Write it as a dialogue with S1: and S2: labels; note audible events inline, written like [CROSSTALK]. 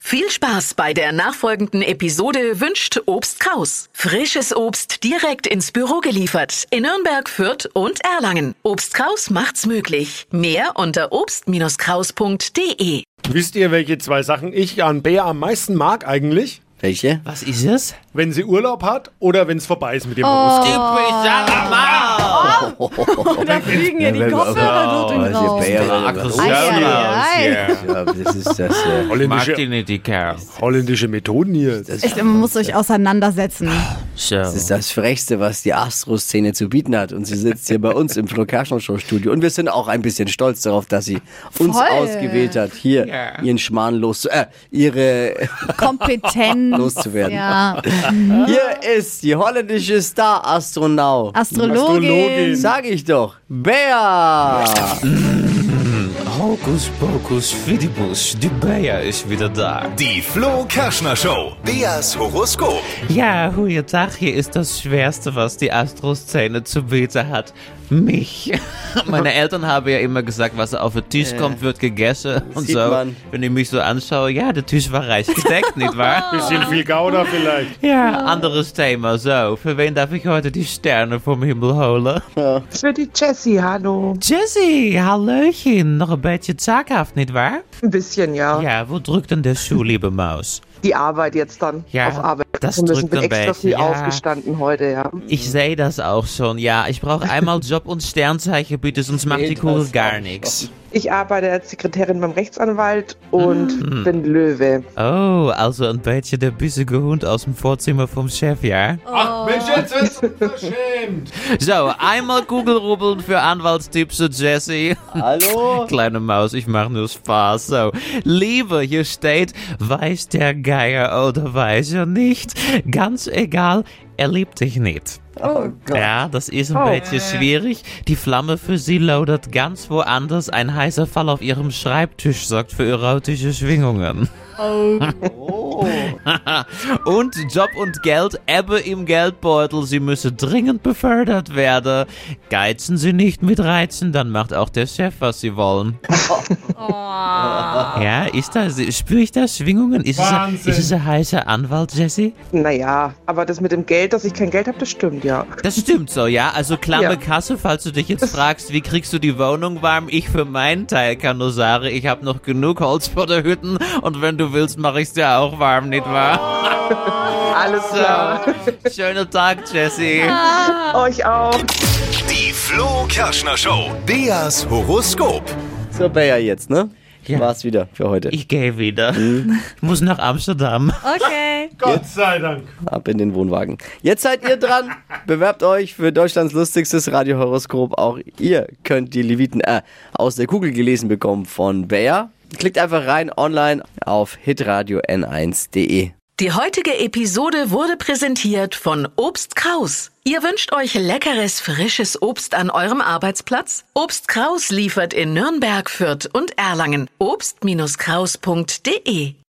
S1: Viel Spaß bei der nachfolgenden Episode wünscht Obst Kraus. Frisches Obst direkt ins Büro geliefert in Nürnberg, Fürth und Erlangen. Obst Kraus macht's möglich. Mehr unter obst-kraus.de.
S2: Wisst ihr, welche zwei Sachen ich an Bea am meisten mag eigentlich?
S3: Welche?
S4: Was ist es?
S2: Wenn sie Urlaub hat oder wenn es vorbei ist mit dem Berufsleben.
S3: Oh.
S5: Da fliegen ja die Kopfhörer durch den Raum. Ei, ei, ei.
S3: Ah, Ja, das ist das. Äh,
S4: Mag
S2: Holländische,
S4: die nicht, die Kerl.
S2: holländische Methoden hier.
S5: Echt, man muss euch auseinandersetzen.
S3: das ist das Frechste, was die Astro-Szene zu bieten hat. Und sie sitzt hier bei uns im Flo Kerschner Show Studio. Und wir sind auch ein bisschen stolz darauf, dass sie uns
S5: Voll.
S3: ausgewählt hat, hier ihren Schmarrn loszu äh, ihre [LAUGHS]
S5: [LAUGHS] Kompetenz.
S3: loszuwerden.
S5: Ja.
S3: Hier ist die holländische Star-Astronau.
S5: Astrologin.
S3: Sag ich doch, Bea.
S4: Hokus pokus fidibus, die Bayer ist wieder da.
S6: Die Flo Kerschner Show. Beas Horoskop.
S4: Ja, hohe Tag, hier ist das Schwerste, was die Astro-Szene zu bieten hat. Mich. [LAUGHS] Meine Eltern haben ja immer gesagt, was auf den Tisch kommt, wird gegessen und
S3: Sieht
S4: so.
S3: man.
S4: Wenn ich mich so anschaue, ja, der Tisch war reich gedeckt,
S3: [LAUGHS]
S4: nicht wahr?
S2: Bisschen viel Gouda
S4: [LAUGHS]
S2: vielleicht.
S4: Ja, anderes Thema, so. Für wen darf ich heute die Sterne vom Himmel holen?
S7: Für die Jessie, hallo.
S4: Jessie, hallöchen. Noch ein bisschen zaghaft, nicht wahr?
S7: Ein bisschen, ja.
S4: Ja, wo drückt denn der Schuh, liebe Maus?
S7: Die Arbeit jetzt dann.
S4: Ja,
S7: auf Arbeit.
S4: das
S7: Wir müssen-
S4: drückt ein
S7: bin extra
S4: bisschen,
S7: viel
S4: ja.
S7: aufgestanden heute, ja.
S4: Ich sehe das auch schon, ja. Ich brauche einmal Job und Sternzeichen, bitte, sonst macht die Kugel gar nichts.
S7: Ich arbeite als Sekretärin beim Rechtsanwalt und
S4: Ah.
S7: bin Löwe.
S4: Oh, also ein bisschen der bissige Hund aus dem Vorzimmer vom Chef, ja?
S2: Ach Mensch, jetzt ist verschämt.
S4: So, einmal Kugelrubbeln für Anwaltstipps zu Jesse.
S3: Hallo.
S4: Kleine Maus, ich mache nur Spaß. So, Liebe, hier steht, weiß der Geier oder weiß er nicht. Ganz egal, er liebt dich nicht.
S3: Oh Gott. Oh.
S4: Ja, das ist ein bisschen schwierig. Die Flamme für sie lodert ganz woanders. Ein heißer Fall auf ihrem Schreibtisch sorgt für erotische Schwingungen. [LAUGHS] und Job und Geld, Ebbe im Geldbeutel. Sie müsse dringend befördert werden. Geizen Sie nicht mit Reizen, dann macht auch der Chef, was Sie wollen. Ja, ist das, spüre ich da Schwingungen? Ist es, ein-
S2: Wahnsinn.
S4: ist es ein heißer Anwalt, Jesse?
S7: Naja, aber das mit dem Geld, dass ich kein Geld habe, das stimmt, ja.
S4: Das stimmt so, ja. Also klamme
S7: Ja.
S4: Kasse, falls du dich jetzt fragst, wie kriegst du die Wohnung warm? Ich für meinen Teil kann nur sagen, ich habe noch genug Holz vor der Hütten und wenn du willst, mache ich's dir auch warm, nicht wahr?
S7: [LAUGHS] Alles klar. Ah.
S4: So, schönen Tag, Jesse. Ah.
S7: Euch auch.
S6: Die Flo Kerschner Show. Beas Horoskop.
S3: So, Bea jetzt, ne?
S4: Ja.
S3: War's wieder für heute.
S4: Ich gehe wieder. Muss nach Amsterdam.
S5: Okay.
S2: Gott sei Dank.
S3: Ab in den Wohnwagen. Jetzt seid ihr dran. Bewerbt euch für Deutschlands lustigstes Radiohoroskop. Auch ihr könnt die Leviten äh, aus der Kugel gelesen bekommen von Bea. Klickt einfach rein online auf hitradio n1.de.
S1: Die heutige Episode wurde präsentiert von Obst Kraus. Ihr wünscht euch leckeres, frisches Obst an eurem Arbeitsplatz? Obst Kraus liefert in Nürnberg, Fürth und Erlangen. Obst-Kraus.de